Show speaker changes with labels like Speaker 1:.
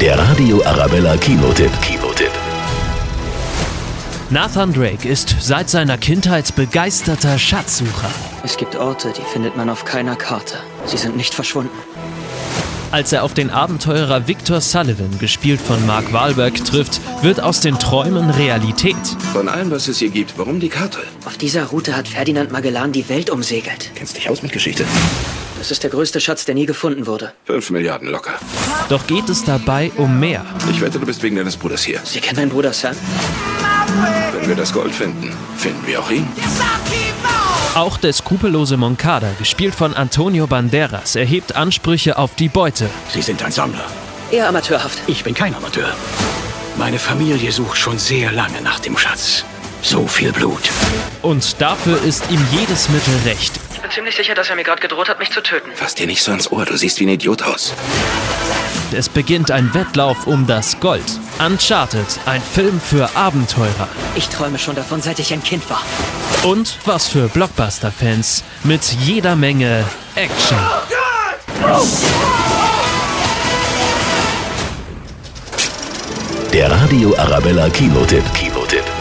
Speaker 1: Der Radio Arabella Kinotipp. Kinotipp.
Speaker 2: Nathan Drake ist seit seiner Kindheit begeisterter Schatzsucher.
Speaker 3: Es gibt Orte, die findet man auf keiner Karte. Sie sind nicht verschwunden.
Speaker 2: Als er auf den Abenteurer Victor Sullivan, gespielt von Mark Wahlberg, trifft, wird aus den Träumen Realität.
Speaker 4: Von allem, was es hier gibt, warum die Karte?
Speaker 3: Auf dieser Route hat Ferdinand Magellan die Welt umsegelt.
Speaker 4: Kennst dich aus mit Geschichte?
Speaker 3: Das ist der größte Schatz, der nie gefunden wurde.
Speaker 4: Fünf Milliarden locker.
Speaker 2: Doch geht es dabei um mehr.
Speaker 4: Ich wette, du bist wegen deines Bruders hier.
Speaker 3: Sie kennen meinen Bruder Sam?
Speaker 4: Wenn wir das Gold finden, finden wir auch ihn.
Speaker 2: Auch der skrupellose Moncada, gespielt von Antonio Banderas, erhebt Ansprüche auf die Beute.
Speaker 5: Sie sind ein Sammler.
Speaker 3: Eher amateurhaft.
Speaker 5: Ich bin kein Amateur. Meine Familie sucht schon sehr lange nach dem Schatz. So viel Blut.
Speaker 2: Und dafür ist ihm jedes Mittel recht.
Speaker 3: Ich bin ziemlich sicher, dass er mir gerade gedroht hat, mich zu töten.
Speaker 4: Fass dir nicht so ans Ohr, du siehst wie ein Idiot aus.
Speaker 2: Es beginnt ein Wettlauf um das Gold. Uncharted, ein Film für Abenteurer.
Speaker 3: Ich träume schon davon, seit ich ein Kind war.
Speaker 2: Und was für Blockbuster-Fans mit jeder Menge Action.
Speaker 1: Der Radio Arabella Kinotipp. Kinotipp.